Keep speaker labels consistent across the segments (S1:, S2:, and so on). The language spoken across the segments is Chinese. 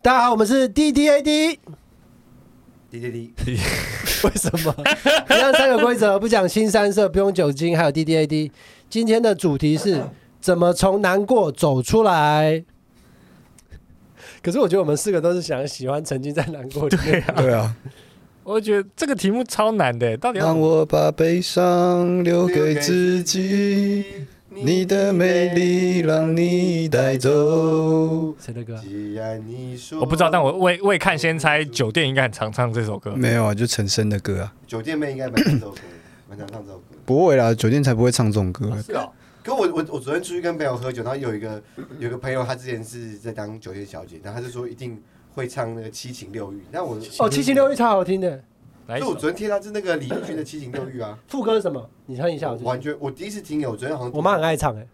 S1: 大家好，我们是 D D A D。
S2: 滴滴滴，
S1: 为什么？一样三个规则，不讲新三色，不用酒精，还有 D D A D。今天的主题是怎么从难过走出来。可是我觉得我们四个都是想喜欢沉浸在难过里面。
S3: 对啊，
S4: 我觉得这个题目超难的，到底要
S3: 让我把悲伤留给自己，你的美丽让你带走。
S1: 谁的歌啊？
S2: 既然你说
S4: 我不知道，但我未未看先猜，酒店应该很常唱这首歌。
S3: 没有啊，就陈升的歌啊，
S2: 酒店妹应该蛮常这首歌， 蛮常唱这首歌。
S3: 不会啦，酒店才不会唱这种歌。啊
S4: 是哦，
S2: 可我我我昨天出去跟朋友喝酒，然后有 一个有一个朋友，他之前是在当酒店小姐，然后他就说一定会唱那个七情六欲。那我哎
S1: 哦，七情六欲超好听的，
S4: 来一
S2: 所以我
S4: 首。
S2: 昨天听到是那个李翊君的七情六欲啊，
S1: 副哎歌是什么？你唱一下。
S2: 我
S1: 我
S2: 完
S1: 就
S2: 全我第一次听耶，我昨天好像
S1: 我妈很爱唱哎，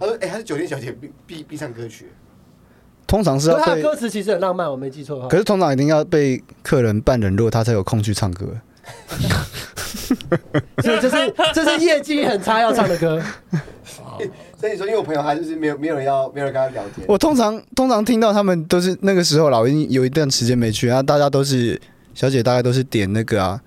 S2: 她说哎、她是酒店小姐必必必唱歌曲，
S3: 通常是
S1: 啊可
S3: 要
S1: 是她的
S3: 被，
S1: 歌词其实很浪漫，我没记错的话
S3: 可。是通常一定要被客人扮冷落，他才有空去唱歌。
S1: 所以这是这是业绩很差要唱的歌。
S2: 所以说，因为我朋友他就是没有没有人要没有人跟他聊天，
S3: 我通常通常听到他们都是那个时候啦，我已经有一段时间没去，然后大家都是小姐，大概都是点那个啊，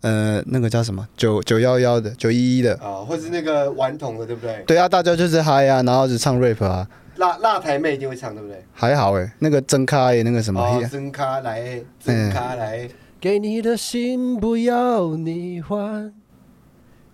S3: 呃，那个叫什么九九幺幺的九一一的，
S2: 啊、或是那个顽童的对不对？
S3: 对啊，大家就是嗨啊，然后就唱 rap 啊，
S2: 辣辣台妹一定会唱对不对？
S3: 还好诶、那个真开、那个什么，啊
S2: 哦，真咖来，真咖来，
S1: 给你的心不要你还，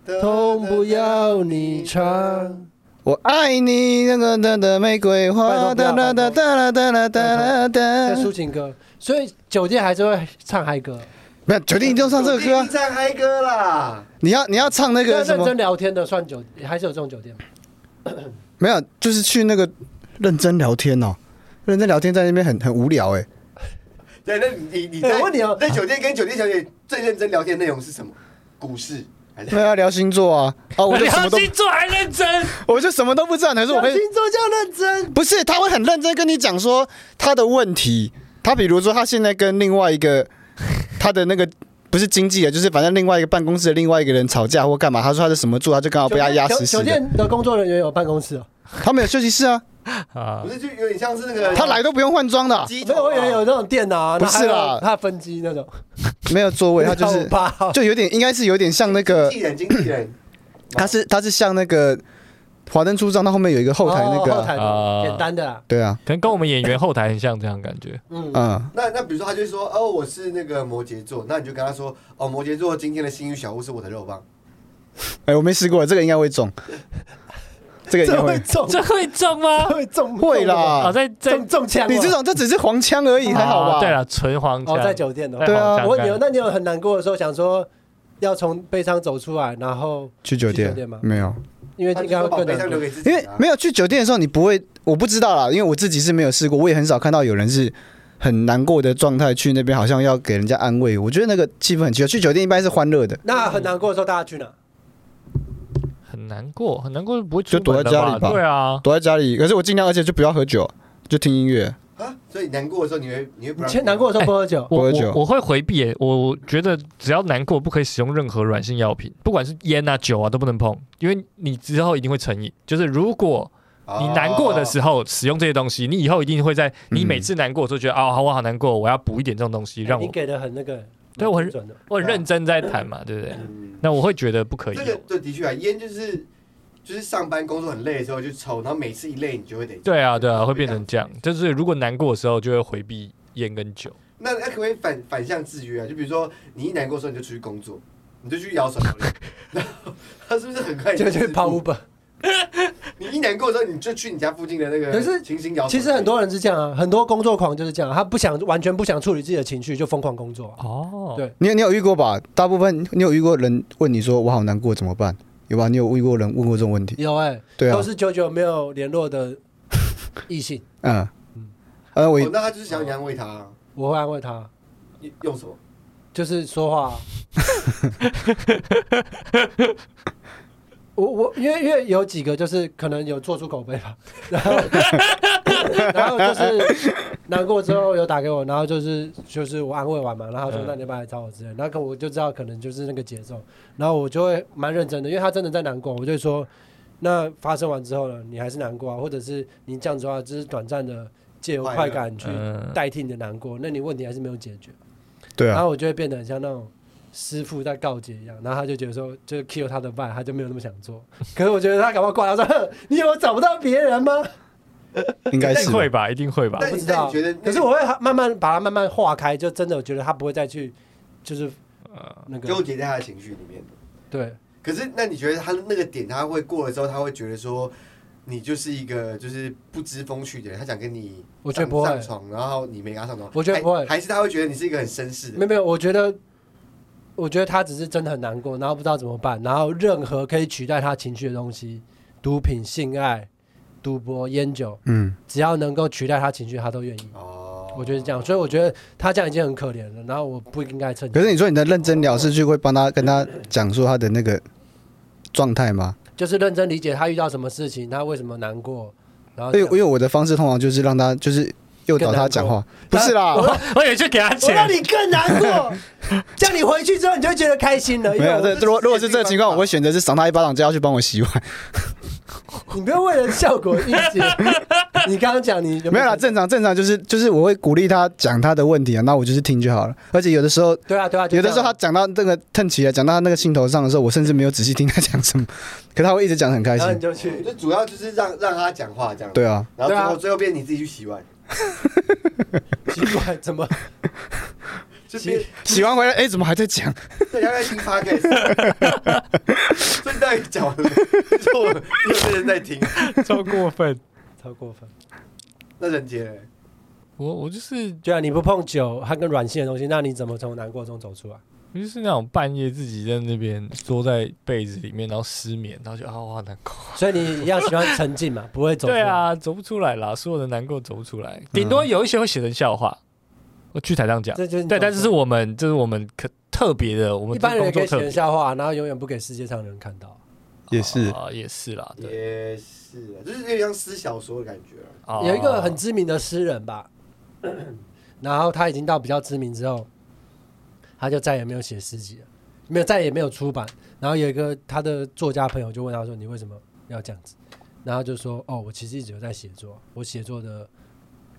S1: 嗯痛不要你尝。
S3: 我爱你那个的的玫瑰花，
S1: 拜托
S3: 哒
S1: 不要
S3: 哒哒哒哒哒哒
S1: 这
S3: 哒哒
S1: 抒情歌，所以酒店还是会唱嗨歌。
S3: 没有，决定一定要唱这个歌、啊
S2: 一定，唱嗨歌啦！
S3: 你要你要唱那
S1: 要
S3: 个什
S1: 认
S3: 么
S1: 真？聊天的算酒，还是有这种酒店吗？
S3: 没有，就是去那个认真聊天哦，认真聊天在那边很很无聊诶、欸
S2: 对，那你你你
S1: 哎
S2: 在
S1: 我问你哦
S2: 在酒店跟酒店小姐最认真聊天的内容是什么？股市还是
S3: 对啊，聊星座啊，啊，我就什
S4: 聊
S3: 么都
S4: 星座还认真，
S3: 我就什么都不知道，可是我会
S1: 星座叫认真。
S3: 不是，他会很认真跟你讲说他的问题。他比如说，他现在跟另外一个 他的那个不是经纪人，就是反正另外一个办公室的另外一个人吵架或干嘛。他说他是什么座，他就刚好被他哦压
S1: 酒
S3: 死死
S1: 酒
S3: 的。
S1: 店的工作人员有办公室哦，
S3: 他们有休息室 啊，
S4: 啊
S2: 不，是就有点像是那个
S3: 他来都不用换装的啊、
S2: 机
S1: 没有，我以为有那种电脑啊，
S3: 不是啦
S1: 他分机那种。哦
S3: 没有座位，他就是
S1: 八号
S3: 就有点应该是有点像那个
S2: 经纪，人经纪人，
S3: 他是他是像那个《华灯初上》，他后面有一个后台那个
S1: 哦后
S3: 啊、
S1: 台
S4: 啊
S1: 简单的啦，
S3: 对啊，
S4: 可能跟我们演员后台很像，这样感觉。
S1: 嗯，
S3: 嗯，
S2: 那那比如说他就说哦我是那个摩羯座，那你就跟他说哦摩羯座今天的幸运小物是我的肉棒，
S3: 哎、我没试过，这个应该会中，这个应该
S1: 这会
S3: 会
S1: 中，
S4: 这会中吗
S1: 这？会中
S3: 会，
S4: 啊，
S3: 啦。
S4: 在在
S1: 中中枪。
S3: 你哦这种这只是黄腔而已，还好吧？
S4: 啊对了，纯黄
S1: 哦，
S4: 腔
S1: 在酒店的话
S4: 在
S3: 对啊
S4: 黄腔
S1: 我问你哦，
S4: 干
S1: 那你有很难过的时候，想说要从悲伤走出来，然后
S3: 去酒
S1: 去
S3: 店
S1: 酒店吗
S3: 没有？
S1: 因为
S2: 他
S1: 应
S2: 就
S1: 该会
S2: 说把
S1: 更
S2: 悲
S1: 难
S2: 伤
S1: 过
S2: 留。给自己、
S3: 因
S2: 啊，
S3: 为没有去酒店的时候，你不会，我不知道啦，因为我自己是没有试过，我也很少看到有人是很难过的状态去那边，好像要给人家安慰。我觉得那个气氛很奇怪，去酒店一般是欢乐的，
S1: 那很难过的时候，大家去哪？
S4: 很难过，很难过，不会出
S3: 就躲
S4: 门
S3: 在
S4: 的
S3: 家里吧
S4: 对啊，
S3: 躲在家里。可是我尽量，而且就不要喝酒，就听音乐。
S2: 啊，所以难过的时候你会你会不
S1: 你
S2: 让
S1: 先难过的时候不喝酒，
S4: 我
S3: 躲在家
S4: 我我会回避耶，我我觉得只要难过，不可以使用任何软性药品，不管是烟啊、酒啊都不能碰，因为你之后一定会成瘾。就是如果
S2: 哦
S4: 你难过的时候使用这些东西，你以后一定会在你每次难过的时候觉得啊、我好难过，我要补一点这种东西，让
S1: 哎你
S4: 我
S1: 给的很那个，
S4: 对我
S1: 很准的。
S4: 我很认真在谈嘛，对不对？
S2: 嗯
S4: 那我会觉得不可以
S2: 这
S4: 有
S2: 个对的确啊，烟就是就是上班工作很累的时候就抽，然后每次一累你就会得
S4: 对啊，对啊，会变成这样。就是如果难过的时候，就会回避烟跟酒。
S2: 那那可不可以反反向制约啊？就比如说你一难过的时候，你就出去工作，你就去摇手摇脸， 然后他是不是很
S4: 哎
S2: 快
S1: 就
S2: 就
S1: 去
S2: 是
S1: 泡 Uber。
S2: 你一难过的时候，你就去你家附近的那个，
S1: 可是
S2: 清
S4: 哎
S2: 新摇手。
S1: 其实很多人是这样啊，很多工作狂就是这样，啊他不想完全不想处理自己的情绪，就疯狂工作啊。
S4: 哦，
S1: 对
S3: 你你有遇过吧？大部分你有遇过人问你说我好难过怎么办？有吧？你有遇过人问过这种问题？
S1: 有哎、
S3: 对啊
S1: 都，是久久没有联络的异性，
S3: 嗯，呃，我
S2: 哦，那他就是想要你安慰他啊、
S1: 我会安慰他，
S2: 用用什么？
S1: 就是说话 啊。我我因为因为有几个就是可能有做出口碑吧， 然后然后就是难过之后有打给我，然后就是就是我安慰完嘛，然后他说
S4: 嗯
S1: 那你要不要来找我之类的，那可我就知道可能就是那个节奏，然后我就会蛮认真的，因为他真的在难过，我就会说那发生完之后呢，你还是难过啊，或者是你这样子的话，只是短暂的借由
S2: 快乐
S1: 快感去
S4: 嗯，
S1: 代替你的难过，那你问题还是没有解决。
S3: 对
S1: 然
S3: 啊，
S1: 后我就会变得很像那种师傅在告诫一样，然后他就觉得说，就是 kill 他的 vibe，他就没有那么想做。可是我觉得他搞不好挂，他说 哼：“你有找不到别人吗
S3: 应该
S4: 一
S3: 是
S4: 定会吧，一定会吧。
S2: 但
S1: 不知
S2: 但
S1: 道
S2: 你觉得那个
S1: 可是我会慢慢把它慢慢化开，就真的我觉得他不会再去，就是
S4: 呃，
S1: 那
S2: 纠
S1: 个
S2: 结在他的情绪里面。
S1: 对，
S2: 可是，那你觉得他那个点他会过了之后，他会觉得说，你就是一个就是不知风趣的人，他想跟你
S1: 我觉
S2: 上
S1: 得不会
S2: 上，床，然后你没跟他上床，
S1: 我觉得不会
S2: 还还是他会觉得你是一个很绅士的
S1: 没有
S2: 人，
S1: 没有，我觉得。我觉得他只是真的很难过，然后不知道怎么办，然后任何可以取代他情绪的东西，毒品、性爱、赌博、烟酒，
S3: 嗯，
S1: 只要能够取代他情绪，他都愿意。
S2: 哦，
S1: 我觉得是这样，所以我觉得他这样已经很可怜了，然后我不应该趁
S3: 可是你说你的认真聊是去会帮他跟他讲说他的那个状态吗？
S1: 就是认真理解他遇到什么事情，他为什么难过，然后
S3: 因为因为哎我的方式通常就是让他就是诱导他讲话，不是啦，
S4: 我我哎也去给他
S1: 我让
S4: 钱，
S1: 你更难 过，这样你回去之后你就会觉得开心了。因
S3: 没
S1: 为我
S3: 有，这如果如果是这个情况，我会选择是赏他一巴掌，叫他去帮我洗碗。
S1: 你不要为了效果一直，你刚刚讲你有
S3: 没有啦，
S1: 觉得
S3: 正常正常就是就是我会鼓励他讲他的问题啊，那我就是听就好了。而且有的时候
S1: 对啊对啊，就
S3: 有的时
S1: 这
S3: 候他
S1: 样
S3: 讲到那个 腾起来，讲到他那个心头上的时候，我甚至没有仔细听他讲什么，可他会一直讲得很开
S1: 啊然后你
S3: 心。
S1: 就
S2: 去，
S1: 去，
S2: 就主要就是让让他讲话这样，，
S3: 对啊，
S2: 然后最
S1: 对
S2: 后
S1: 啊
S2: 最后变成你自己去洗碗，
S1: 奇怪怎么
S2: 就变
S3: 洗完回来，哎，怎么还在讲？
S2: 对他 在听 podcast，所以到底讲完了，就我有些人在听，
S4: 超过分。
S1: 超过分？
S2: 那人杰嘞
S4: 我我就是
S1: 对啊，你不碰酒和跟软性的东西，那你怎么从难过中走出来？
S4: 我就是那种半夜自己在那边缩在被子里面，然后失眠，然后就啊我好难过。
S1: 所以你一样喜欢沉浸嘛，不会走出来嗯
S4: 对，啊，走不出来啦，所有的难过走不出来，顶多有一些会写成笑话。我去台上讲，
S1: 这就是你
S4: 对，
S1: 走
S4: 但是
S1: 出
S4: 是
S1: 来
S4: 我们这是我们可特别的，我们
S1: 一般人
S4: 工
S1: 也可
S4: 作
S1: 以
S4: 特
S1: 写
S4: 别
S1: 笑话，然后永远不给世界上的人看到。
S3: 也是
S4: 啊，也是啦，对，
S2: 也是啊，就是有点像私小说的感觉啊。
S4: 啊
S1: 有一个很知名的诗人吧，然后他已经到比较知名之后，他就再也没有写诗集了，没有再也没有出版。然后有一个他的作家朋友就问他说：“你为什么要这样子？”然后就说：“哦，我其实一直有在写作，我写作的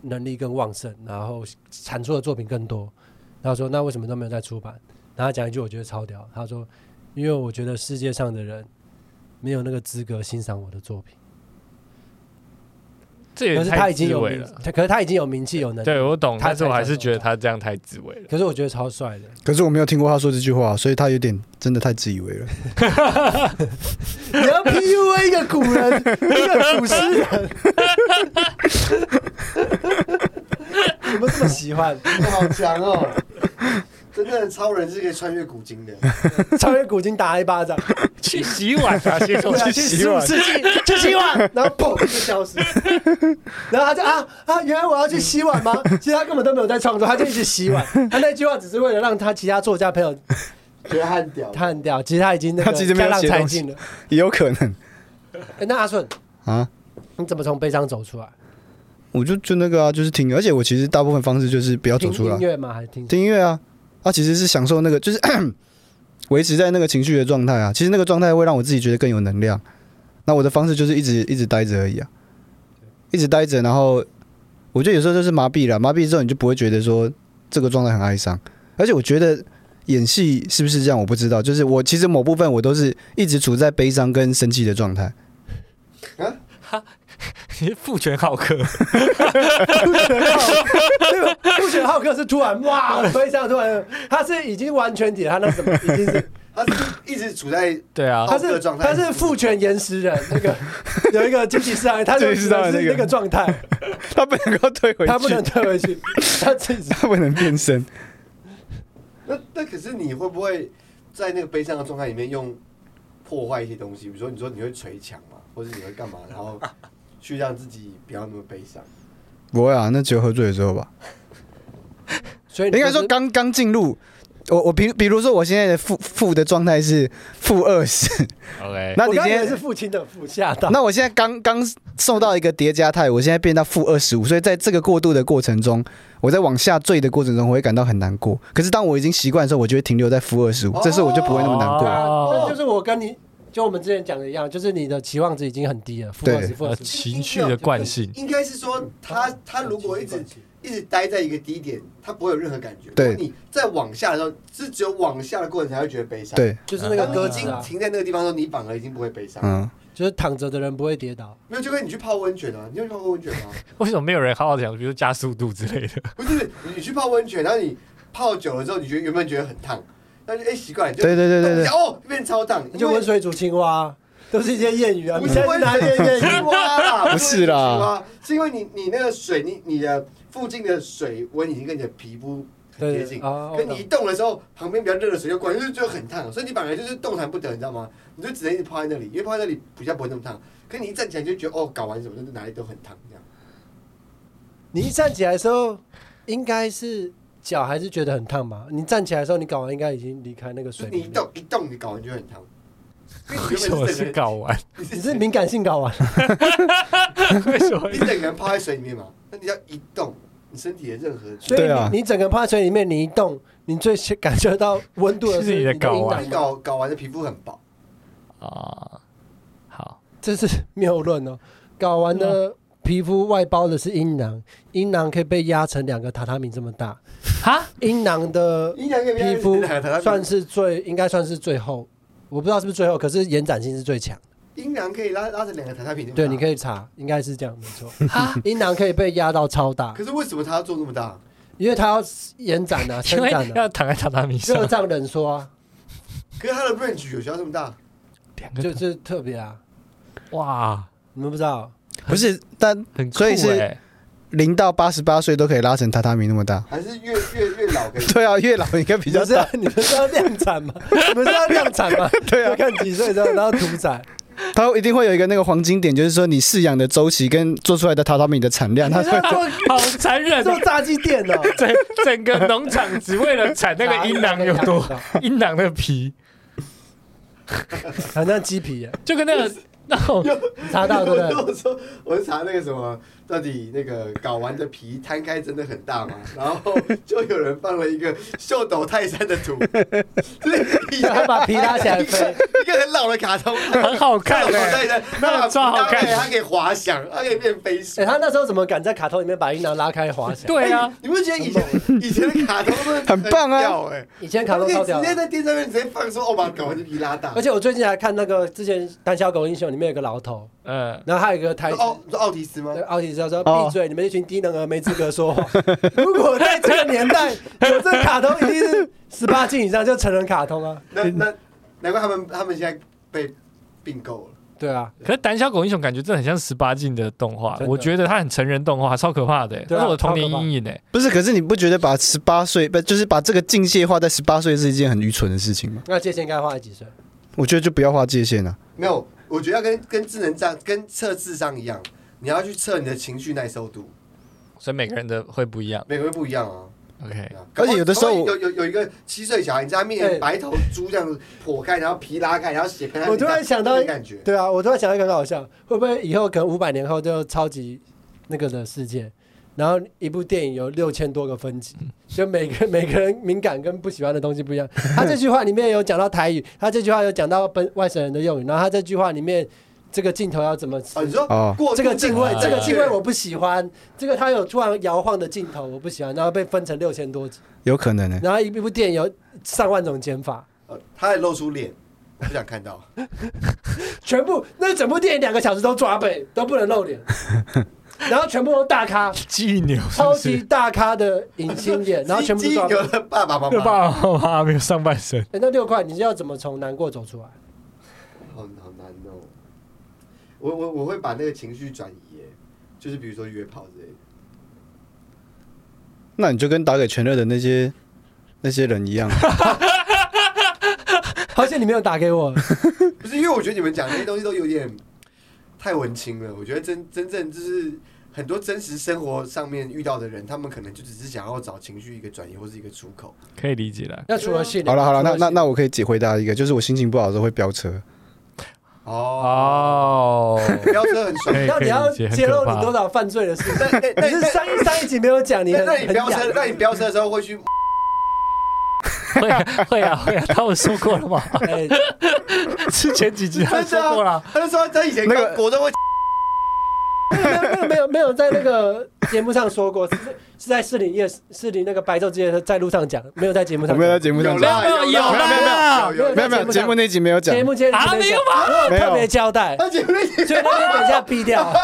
S1: 能力更旺盛，然后产出的作品更多。”然后说：“那为什么都没有在出版？”然后他讲一句我觉得超屌，他说：“因为我觉得世界上的人没有那个资格欣赏我的作品。”
S4: 这也
S1: 可是
S4: 太
S1: 他已经
S4: 自
S1: 有
S4: 慰
S1: 名
S4: 了，，
S1: 他可是他已经有名气有能力，
S4: 对我懂，
S1: 他
S4: 但是我还是
S1: 才
S4: 觉得他这样太自慰 了。
S1: 可是我觉得超帅的。
S3: 可是我没有听过他说这句话，所以他有点真的太自以为了。
S1: 你要 PUA 一个古人，一个 古诗人，怎么这么喜欢？
S2: 好强 哦！真的，超人是可以穿越古今的。
S1: 超越古今打他一巴掌，
S4: 去洗碗啊，先
S1: 对啊，去十五世纪去洗碗，然后砰就消失。然后他就啊啊，原来我要去洗碗吗？其实他根本都没有在创作，他就一直洗碗。他那句话只是为了让他其他作家朋友
S2: 觉得很屌，
S1: 看掉，其实他已经那个
S3: 他其实没有
S1: 在浪
S3: 写
S1: 才
S3: 东西
S1: 尽了。
S3: 也有可能
S1: 哎，那阿顺，
S3: 啊，
S1: 你怎么从悲伤走出来？
S3: 我就就那个啊，就是听，而且我其实大部分方式就是不要走
S1: 听
S3: 出来
S1: 音，乐吗？还是听？
S3: 听音乐啊，啊，其实是享受那个，就是 维持在那个情绪的状态啊。其实那个状态会让我自己觉得更有能量。那我的方式就是一直一直待着而已啊，一直待着，然后我觉得有时候就是麻痹了，麻痹之后你就不会觉得说这个状态很哀伤。而且我觉得演戏是不是这样，我不知道。就是我其实某部分我都是一直处在悲伤跟生气的状态。
S4: 父权好客，
S1: 不选浩克是突然哇飞上，突然他是已经完全解他那什么，已经是
S2: 他是一直处在
S4: 对啊，
S1: 他
S2: 浩克
S1: 是
S2: 状态
S1: 他是父权延时人，那个有一个经济市场，他就
S3: 经济
S1: 是
S3: 市场的那
S1: 是
S3: 个
S1: 那个状态，
S3: 他不能 够退回去，
S1: 他不能退回去，他自己
S3: 他不能变身。
S2: 那那可是你会不会在那个悲伤的状态里面用破坏一些东西？比如说，你说你会捶墙嘛， 或者你会干嘛，然后去让自己不要那么悲伤。
S3: 不会啊，那只有喝醉的时候吧。
S1: 所以你
S3: 应该说
S1: 就是
S3: 刚刚进入。我我比比如说我现在的负负的状态是负二十，
S4: ，OK，
S3: 那
S1: 哎我
S3: 你今
S1: 刚才
S3: 天
S1: 是父亲的父吓到，
S3: 那我现在刚刚受到一个叠加态，我现在变到负二十五，所以在这个过渡的过程中，我在往下坠的过程中，我会感到很难过。可是当我已经习惯的时候，我就会停留在负二十五，这时候我就不会那么难
S1: 哦
S3: 过。
S1: 对啊，
S4: 哦
S1: 那就是我跟你就我们之前讲的一样，就是你的期望值已经很低了，负
S3: 对
S1: 二十，负
S4: 呃
S1: 二十，
S4: 情绪的惯性，
S2: 应该是说他他如果一直一直待在一个低点，他不会有任何感觉。
S3: 对
S2: 如果你再往下的时候，是只有往下的过程才会觉得悲伤。，
S3: 对，
S1: 就是那个
S4: 啊
S1: 歌
S2: 歌
S1: 词
S2: 经
S1: 啊，
S2: 停在那个地方的时候，你反而已经不会悲伤。
S3: 嗯，
S1: 就是躺着的人不会跌倒。
S2: 没有，就跟你去泡温泉啊，你有去泡过温泉吗？
S4: 为什么没有人好好讲，比如加速度之 类的？
S2: 不是，你去泡温泉，然后你泡久了之后，你觉得原本觉得很烫，但是哎习惯了，你就
S3: 对对对对对，
S2: 哦变超烫，
S1: 就温水煮青蛙，都是一些谚语啊。
S2: 不
S1: 你
S2: 是
S1: 现在拿这些谚语，
S2: 蛙啦，
S3: 不是啦，
S2: 是因为你你那个水，你你的附近的水温已经跟你的皮肤很接
S1: 对
S2: 近。
S1: 啊，我
S2: 跟你一
S1: 懂
S2: 动的时候，旁边比较热的水就灌，就就很烫，所以你本来就是动弹不得，你知道吗？你就只能一直泡在那里，因为泡在那里比较不会那么烫。可你一站起来就觉得哦，搞完什么就是哪里都很烫这样。
S1: 你一站起来的时候，应该是脚还是觉得很烫吧？你站起来的时候，你搞完应该已经离开那个
S2: 就
S1: 水
S2: 是你一
S1: 里面。
S2: 动一动，你搞完就很烫。因
S4: 为
S2: 为
S4: 什
S2: 你原
S4: 么
S2: 本是整
S4: 是
S2: 个人
S4: 搞 完？
S2: 你
S1: 你是敏感性搞 完，
S4: 为什么
S2: 你整个人泡在水里面嘛，那你要一动，你身体的任何
S1: 所以
S3: 对啊
S1: 你你整个泡在水里面，你一动，你最感受到温度的
S4: 是你的
S1: 阴
S4: 睾
S1: 囊
S4: 丸
S2: 你搞搞完的皮肤很薄，
S4: 啊？好，
S1: 这是谬论哦。睾丸的
S2: 嗯
S1: 皮肤外包的是阴囊，阴囊可以被压成两个榻榻米这么大。
S4: 哈，
S1: 阴囊的
S2: 阴阳跟
S1: 皮肤算
S2: 是
S1: 是最应该算是最后，我不知道是不是最后，可是延展性是最强。
S2: 阴阳可以拉拉成两个榻榻米那么大
S1: 对，你可以查，应该是这样，没错。
S4: 哈，
S1: 阴囊可以被压到超大
S2: 可，是为什么他要做那么大？
S1: 因为它要延展啊，
S4: 因
S1: 伸
S4: 为
S1: 展啊，
S4: 要躺在榻榻米
S1: 热
S4: 上，
S1: 胀冷缩啊，
S2: 可是他的 range 有需要这么大？
S4: 两个
S1: 就
S4: 躺
S1: 就是特别啊，
S4: 哇，
S1: 你们不知道。
S3: 不是，但
S4: 很酷
S3: 所以是
S4: 欸
S3: 零到八十八岁都可以拉成榻榻米那么大。
S2: 还是越越越 老可以？
S3: 对啊，越老应该比
S1: 你
S3: 较
S1: 们是
S3: 大
S1: 要。你们是要量产吗？你们是要量产吗？
S3: 对啊
S1: 要看几岁之后，然后屠 宰。
S3: 它一定会有一个那个黄金点，就是说你饲养的周期跟做出来的榻榻米的产量，它会
S4: 好残忍 哦
S1: 做！炸鸡店哦，
S4: 整整个农场只为了产 那个阴囊有多阴囊的皮，
S1: 很像鸡皮耶，啊
S4: 就跟那个那种
S1: 你查到对不对？
S2: 我说我是查那个什么，到底那个睾丸的皮摊开真的很大吗？然后就有人放了一个秀斗泰山的 图，这一
S1: 还
S2: 样
S1: 把皮拉起来飞，
S2: 一个很老的卡通，
S4: 很好看欸
S2: 秀斗 泰
S4: 的，
S2: 山，
S4: 那个超好
S2: 它
S4: 看
S2: 可以它可以滑翔，它可以变飞
S1: 哎、
S2: 行。
S1: 他那时候怎么敢在卡通里面把阴囊拉开滑翔？
S4: 对 啊，
S2: 哎你不觉得以前以前的卡通真的
S3: 很棒啊
S2: 屌哎、
S1: 以前卡
S2: 他
S1: 通
S2: 们可
S1: 超
S2: 以
S1: 屌的
S2: 直接，在电视上面直接放说，哦，把睾丸的皮拉大。
S1: 而且我最近还看那个之前《胆小狗英雄》里面有个老头，
S4: 嗯，
S1: 然后还有一个台
S2: 是
S1: 词。
S2: 奥是哦奥提斯吗
S1: 对？奥体斯说：“
S3: 哦
S1: 闭嘴！你们这群低能儿没资格说话。 如果在这个年代有这卡通，一定是十八禁以上就成人卡通啊。
S2: 那那难怪他们他们现在被并购了。
S1: 对啊，
S4: 可是胆小狗英雄感觉真的很像十八禁的动画，
S1: 真的
S4: 我觉得它很成人动画，超可怕的欸，
S1: 对
S4: 这
S1: 啊
S4: 是我的童年阴影哎。
S3: 不是。可是你不觉得把十八岁不就是把这个境界画在十八岁是一件很愚蠢的事情吗？
S1: 那界限该画在几岁？
S3: 我觉得就不要画界限啊了、
S2: 没有，我觉得要跟跟智能障跟测智商一样，你要去测你的情绪耐受度，
S4: 所以每个人的会不一样
S2: 每个人不一样啊。
S4: ，OK，
S2: 对啊
S3: 而且有的时
S2: 搞
S3: 候
S2: 不好有有有一个七岁小孩，你在他面
S1: 对
S2: 前白头猪这样子破开，然后皮拉开，然后血喷在
S1: 我
S2: 脸
S1: 突
S2: 上，
S1: 然想到
S2: 那种感觉，
S1: 对啊，我突然想到一个很好笑，会不会以后可能五百年后就超级那个的世界，然后一部电影有六千多个分级，就每个 每个人敏感跟不喜欢的东西不一样。他这句话里面有讲到台语，他这句话有讲到本外省人的用语，然后他这句话里面这个镜头要怎么
S2: 哦，你说
S3: 哦
S2: 过度呃
S1: 这个敬畏
S4: 啊，
S1: 这个敬畏我不喜欢，这个它有突然摇晃的镜头我不喜欢，然后被分成六千多集，
S3: 有可能呢、欸
S1: 然后一部电影有上万种剪法，
S2: 呃他还露出脸，我不想看到。
S1: 全部那整部电影两个小时都抓背，都不能露 脸，然后全部都大咖，
S4: 鸡牛是
S1: 超
S4: 不
S1: 级
S4: 是？
S1: 大咖的影星演， 然后全部都
S2: 基
S1: 抓
S2: 基
S1: 背。
S2: 有了爸爸妈
S4: 那
S2: 妈，
S4: 爸爸妈妈没有上半身，
S1: 哎那六块，你要怎么从难过走出来？
S2: 好好难哦。我我我会把那个情绪转移耶，就是比如说约炮之类的。
S3: 那你就跟打给全热的那些那些人一样，啊
S1: 好险你没有打给我，
S2: 不是因为我觉得你们讲那些东西都有点太文青了。我觉得真真正就是很多真实生活上面遇到的人，他们可能就只是想要找情绪一个转移或是一个出口。
S4: 可以理解了。
S1: 那除了训练，
S3: 好了好了，
S1: 除
S3: 那那
S1: 训
S3: 那我可以解回答一个，就是我心情不好的时候会飙车。
S2: 哦，
S4: 哦，
S2: 飙车很爽
S4: 可。以
S1: 那
S4: 可
S1: 你
S4: 以
S1: 要
S4: 理解，
S1: 揭
S4: 很可
S1: 露你
S4: 怕
S1: 多。少犯罪的事？哎
S2: 那那
S1: 你是
S2: 那
S1: 上一上一集没有讲，你
S2: 那
S1: 很
S2: 那你
S1: 很
S2: 飙
S1: 痒
S2: 车，那你飙车的时候会去
S4: 会啊 会啊会啊，他们说过 了吗？
S1: 哎
S4: 是前几集 他说过了，
S2: 他就说他以前
S3: 那
S2: 那
S3: 个
S2: 个国中会
S1: 哎没有没有没有在那个节目上说过，是是在士林夜士林那个白昼之夜的在路上讲，没有在节目
S3: 我
S1: 上讲，
S3: 没有在节目上讲，
S2: 啦
S4: 有
S2: 有
S4: 啦
S2: 啦有有有
S3: 没有没有，节目那集没有讲，
S1: 节目今天
S4: 啊没有吗
S1: 我有特别交代，
S2: 他节目那
S1: 所以那个等一下逼掉，一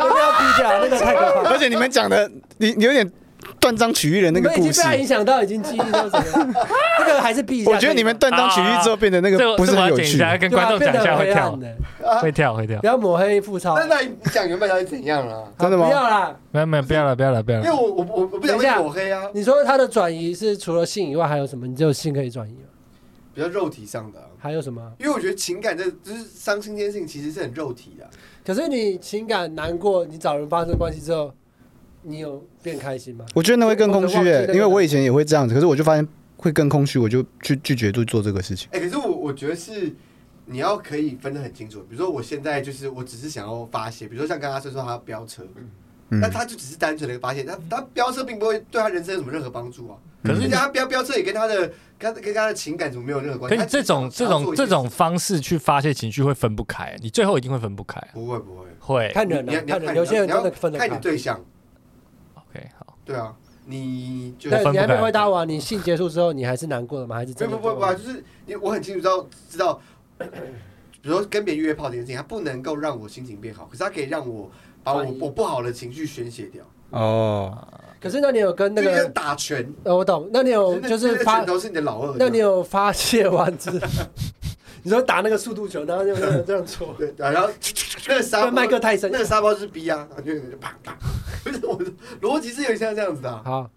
S1: 定要逼掉，那个太可怕
S3: 而
S1: 了。
S3: 且你们讲的，你你有点断章取义的那
S1: 你
S3: 个
S1: 们已
S3: 故
S1: 经
S3: 事
S1: 被，他影响到，已经记忆都怎么样？那个还是避一下。
S3: 我觉得你们断章取义之后变得啊那
S4: 这
S3: 个
S1: 啊
S4: 个
S3: 不是
S4: 这个我要
S3: 很有
S4: 剪一
S3: 趣。
S4: 下，跟观众讲一下会
S1: 对啊变
S4: 跳
S1: 得很黑暗的
S4: 会跳会跳
S1: 不，要抹黑复仇
S2: 那。那你讲原本他是怎样啊？
S3: 真的吗
S1: 不要啦！
S4: 没有没有不要了不要了不要
S2: 因为
S4: 了，
S2: 我我我我不想被抹黑啊，
S1: 你说他的转移是除了性以外还有什么？你只有性可以转移吗？
S2: 比较肉体上的啊、
S1: 还有什么？
S2: 因为我觉得情感这就是伤心这件事情，其实是很肉体的啊、
S1: 可是你情感难过，你找人发生关系之后，你有变开心吗？
S3: 我觉得那会更空虚
S1: 我忘记
S3: 诶、
S1: 那个
S3: 因为我以前也会这样子，可是我就发现会更空虚，我就去拒绝去做这个事情。
S2: 哎、可是我我觉得是你要可以分得很清楚。比如说我现在就是我只是想要发泄，比如说像刚刚说说他要飙车，
S3: 嗯
S2: 那，他就只是单纯的一个发泄，他他飙车并不会对他人生有什么任何帮助啊。
S4: 可是
S2: 人家他飙飙车也跟他的跟跟他的情感怎么没有任何关
S4: 可
S2: 系？他
S4: 是
S2: 只
S4: 这
S2: 是
S4: 种这
S2: 想要做
S4: 种
S2: 一
S4: 这
S2: 件
S4: 种
S2: 事
S4: 方式去发泄情绪会分不开，你最后一定会分不开。啊
S2: 不会不会，
S4: 会
S1: 看人
S2: 你
S1: 啊
S2: 要，你要
S1: 看人，
S2: 看你
S1: 有
S2: 要
S1: 些人
S2: 你
S1: 真
S2: 要
S1: 的分得
S2: 看
S1: 开
S2: 你。对象，
S4: ，OK 好，
S2: 对啊，你就
S4: 我
S1: 那
S4: 分
S1: 你
S4: 不
S1: 还没
S4: 开
S1: 回答我啊，你性结束之后，你还是难过的吗？还是
S2: 不
S1: 真的
S2: 不不不，就是你我很清楚知道知道，比如说跟别人约炮这件事情，它不能够让我心情变好，可是它可以让我把我
S1: 转移
S2: 我不好的情绪宣泄掉，
S3: 哦，
S1: 可是那你有跟那
S2: 就像
S1: 个
S2: 打拳，
S1: 呃，我懂，那你有
S2: 那
S1: 就是
S2: 那
S1: 发
S2: 拳，头是你的老二，
S1: 那你有发泄完之 后，你说打那个速度球，然后就这样这样戳，
S2: 对，然后那个沙
S1: 跟麦克
S2: 包，
S1: 泰森
S2: 那。个沙包就是逼啊，然后就就啪 啪，不是我的逻辑是有点像这样子的 啊，
S1: 好，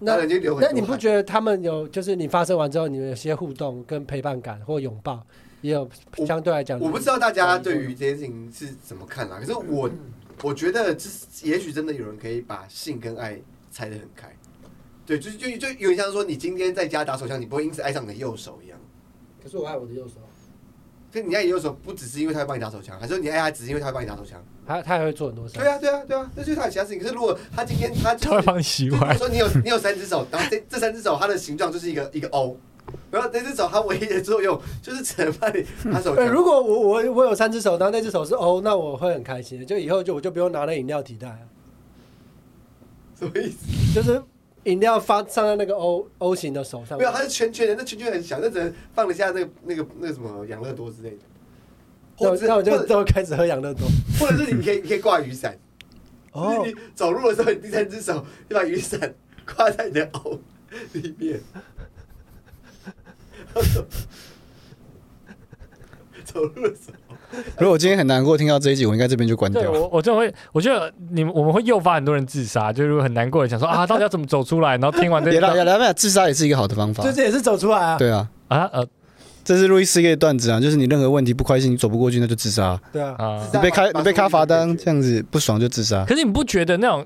S2: 那
S1: 那
S2: 人就流很
S1: 那
S2: 多
S1: 你不
S2: 汗
S1: 觉得他们有就是你发射完之后，你们有些互动跟陪伴感或拥抱，也有
S2: 我
S1: 相对来讲，
S2: 我不知道大家对于这件事情是怎么看啦，可是我我觉得，就是也许真的有人可以把性跟爱拆得很开，对，就是就就有点像说，你今天在家打手枪，你不会因此爱上你的右手一样。
S1: 可是我爱我的右手，
S2: 就你爱你右手，不只是因为他会帮你打手枪，还是说你爱他只是因为他会帮你打手枪？
S1: 他他还会做很多事。
S2: 对啊，对啊，对啊，那就是他的其他事情。可是如果他今天他
S4: 他
S2: 就
S4: 会
S2: 是，
S4: 帮你洗
S2: 就比如
S4: 碗。
S2: 说你有你有三只手，然后这这三只手它的形状就是一个一个 O，然后那只手它唯一的作用就是只能帮你打手
S4: 哎
S1: 呃，
S2: 枪。
S1: 如果我我我有三只手，然后那只手是 O，那我会很开心的，就以后就我就不用拿那饮料替代啊，
S2: 什么意思？
S1: 就是饮料发上在那个 O O 型的手上
S2: 没。有，它是圈圈的，那圈圈很小，那只能放得下那个那个那个什么养乐多之类的。
S1: 那
S2: 或
S1: 我
S2: 者
S1: 那我就
S2: 或者
S1: 就开始喝养乐多。
S2: 或者是你可以你可以挂雨伞，就
S1: 哦
S2: 是，你走路的时候，你第三只手你把雨伞挂在你的袄里面。走路的时候，
S3: 如果我今天很难过，听到这一集，我应该这边就关
S4: 对
S3: 掉。
S4: 我，我就会，我觉得你们我们会诱发很多人自杀，就是如果很难过的想说啊，到底要怎么走出来？然后听完这
S3: 也啦也啦，没有自杀也是一个好的方法
S1: 所以。这也是走出来啊。
S3: 对啊，
S4: 啊呃
S3: 这是路易斯 K 的段子啊，就是你任何问题不开心，你走不过去，那就自杀。
S1: 对啊，
S4: 啊
S2: 自，
S3: 你
S2: 杀
S3: 被开
S2: 把
S3: 你被
S2: 把
S3: 开
S2: 所
S3: 罚
S2: 有的
S3: 单
S2: 人
S3: 这样子，不爽就自杀。
S4: 可是你不觉得那种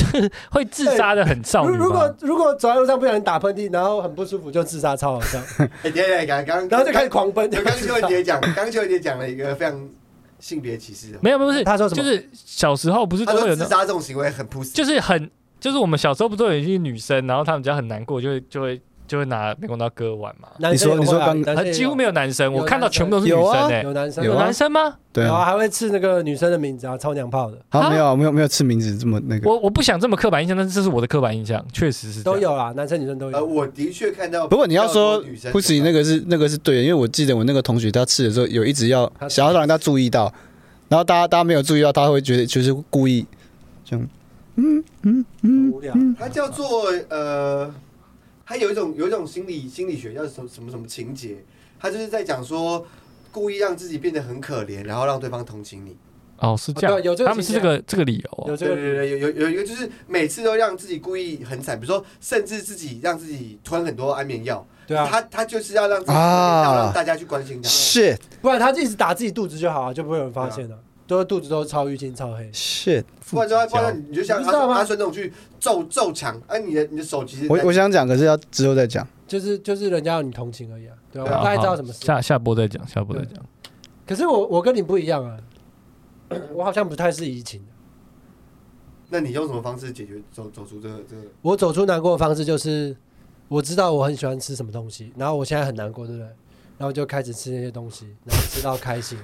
S4: 会自杀的很少
S1: 如
S4: 女
S1: 如果
S4: 吗？
S1: 如果走在路上不小心打喷嚏，然后很不舒服就自杀，超好笑，
S2: 哎，等一下等一下，刚刚
S1: 然后就开始狂奔。
S2: 刚刚秋文姐讲，刚刚秋文姐讲了一个非常性别歧视的话，
S4: 没有，不 是，
S1: 他说什么
S4: 就是小时候不是
S2: 他
S4: 都会
S2: 说
S4: 有
S2: 自
S4: 那，
S2: 杀这种行为很 pussy，
S4: 就是很，就是我们小时候不都有一些女生，然后她们只要很难过，就会就会就会拿美工刀割腕嘛。
S1: 男生也
S3: 你说
S1: 会啊
S3: 你说刚
S1: 男
S4: 啊
S1: 生也，有
S4: 几乎没有男生，
S1: 有
S4: 我看到
S1: 男生
S4: 全部都是女
S3: 有啊
S4: 生诶，
S1: 有男生
S3: 有
S4: 有
S3: 啊
S4: 男生吗？
S3: 对
S1: 有
S3: 啊，
S1: 啊，还会刺那个女生的名字啊，超娘炮的
S3: 好
S4: 啊
S3: 没有啊没有没有吃名字这么那个。
S4: 我我不想这么刻板印象，但是这是我的刻板印象，确实是这
S1: 都
S4: 样。
S1: 有啦，男生女生都
S2: 呃，
S1: 有。
S2: 我的确看到比较多女生，
S3: 不过你要说不止那
S2: 个
S3: 个是那个是对的，因为我记得我那个同学他吃的时候有一直要
S1: 他吃
S3: 想要让他注意到，然后大家大家没有注意到，他会觉得就是 故意这样。
S1: 很无聊。
S2: 它叫做呃，它有一种有一种心理心理学叫什么什么什么情节，它就是在讲说故意让自己变得很可怜，然后让对方同情你。
S4: 哦，是这
S1: 哦
S4: 样
S1: 对有这，个
S4: 他们是这
S1: 倾向
S4: 个这个理由哦。
S1: 有这
S2: 对
S1: 个
S2: 对对，对有有有一个就是每次都让自己故意很惨，比如说甚至自己让自己吞很多安眠药，
S1: 对啊，
S2: 他他就是要让自己
S3: 啊
S2: 要让大家去关心他。
S3: shit
S1: 不然他一直打自己肚子就好啊，就不会有人发现了、都肚子都超淤青、超黑。
S3: shit，
S2: 不然的话，不然你就像
S1: 你
S2: 阿
S1: 知道吗
S2: 阿顺那种去揍揍墙，哎、你的你的手其实
S3: 我
S2: 在
S3: 我想讲，可是要之后再讲。
S1: 就是就是人家有你同情而已啊，对啊，
S2: 对啊
S1: 我大概知道什么事。
S4: 下下播再讲，下播再讲。
S1: 可是我我跟你不一样啊， 我好像不太是移情的。
S2: 那你用什么方式解决走走出这个这个？
S1: 我走出难过的方式就是我知道我很喜欢吃什么东西，然后我现在很难过，对不对？然后就开始吃那些东西，然后吃到开 心。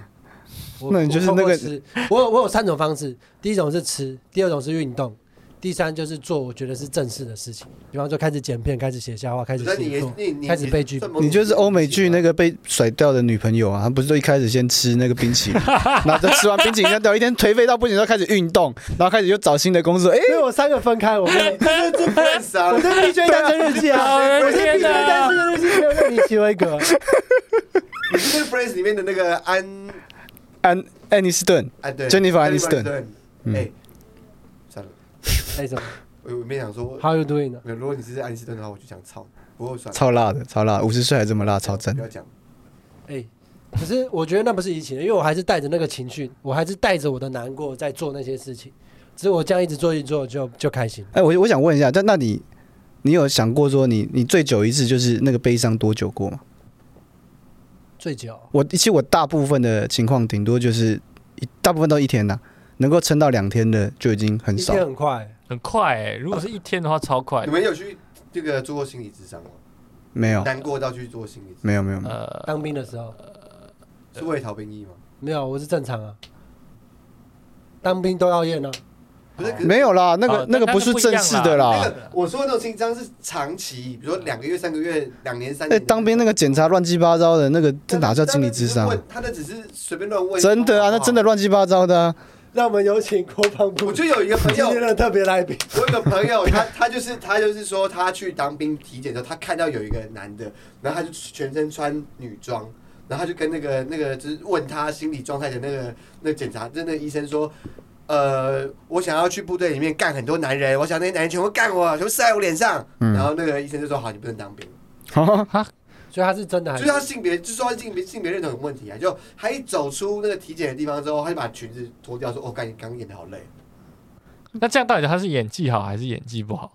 S1: 我
S3: 那你就是那个
S1: 我透过吃，我有我有三种方式，第一种是吃，第二种是运动，第三就是做我觉得是正式的事情，比方说开始剪片，开始写笑话，开始
S2: 那你
S1: 写
S2: 也
S1: 作。
S2: 你你
S1: 开始被拒
S2: 这么
S3: 你就是欧美剧那个被甩掉的女朋友啊，她不是都一开始先吃那个冰淇淋， 然后就吃完冰淇淋，聊一天颓废到不行，就开始运动，然后开始又找新的工作。哎、
S1: 因为我三个分开，我 没有
S2: 这这太 傻
S1: 我
S2: 了。
S1: 是必须单身日记啊，
S4: 好人
S1: 我是必须
S4: 天啊
S1: 单身日记，没有让你奇维 格。
S2: 你是那个 Friends 里面的那个安
S3: 安安妮斯顿，
S2: 安对
S3: Jennifer Aniston 嗯
S2: 哎，算了，
S1: 哎，什么
S2: 我我没想说，
S1: ？How you doing 呢？
S2: 没有如果你是安妮斯顿的话，我就想操，不过算了，
S3: 超辣的，超辣，五十岁还这么辣，超正
S2: 不。要讲。
S1: 哎，可是我觉得那不是疫情，因为我还是带着那个情绪，我还是带着我的难过在做那些事情。只是我这样一直做一直做就就开心。
S3: 哎、我我想问一下，但那你你有想过说你你最久一次就是那个悲伤多久过吗？
S1: 醉酒
S3: 我其实我大部分的情况顶多就是一大部分都一天呐、能够撑到两天的就已经很
S1: 一
S3: 少
S1: 天。很快，
S4: 很快、欸，如果是一天的话，超快
S2: 你。们有去这个做过心理智商吗？
S3: 没有，
S2: 难过到去做心理智商，
S3: 没有，没有，没有
S4: 呃，
S1: 当兵的时候
S2: 是为了逃兵役吗？
S1: 没有，我是正常啊。当兵都要验啊，
S2: 不是，可是
S3: 没有啊啦，
S1: 呃
S3: 那个、
S4: 哦
S3: 那个
S4: 但
S3: 不是正式的
S4: 但
S3: 啦
S4: 是不一样。
S2: 那个我说的那种情商是长期，比如说两个月、三个月、两年、三
S3: 哎、
S2: 年。
S3: 当兵那个检查乱七八糟的，那个这哪叫心理智商啊？？
S2: 他那只是随便乱问。
S3: 真的啊，那真的。乱七八糟的啊！
S1: 让我们有请国防
S2: 我
S1: 部
S2: 就有一个朋
S1: 今
S2: 友，
S1: 天的特别来宾。
S2: 我有个朋友，他他就是他就是说他去当兵体检的时候，他看到有一个男的，然后他就全身穿女装，然后他就跟那个那个就是问他心理状态的那个那个检查，就那个医生说。呃，我想要去部队里面干很多男人，我想那些男人全部干我，全部射在我脸上。
S3: 嗯
S2: 然后那个医生就说：“好，你不能当兵。
S3: 哦
S1: 所以他是真
S3: 哎
S1: 的”还
S2: 就是是他性别，就是说他性别性别认同有问题啊。就他一走出那个体检的地方之后，他就把裙子脱掉，说：“哦，刚刚演的好累。”
S4: 那这样到底他是演技好还是演技不好？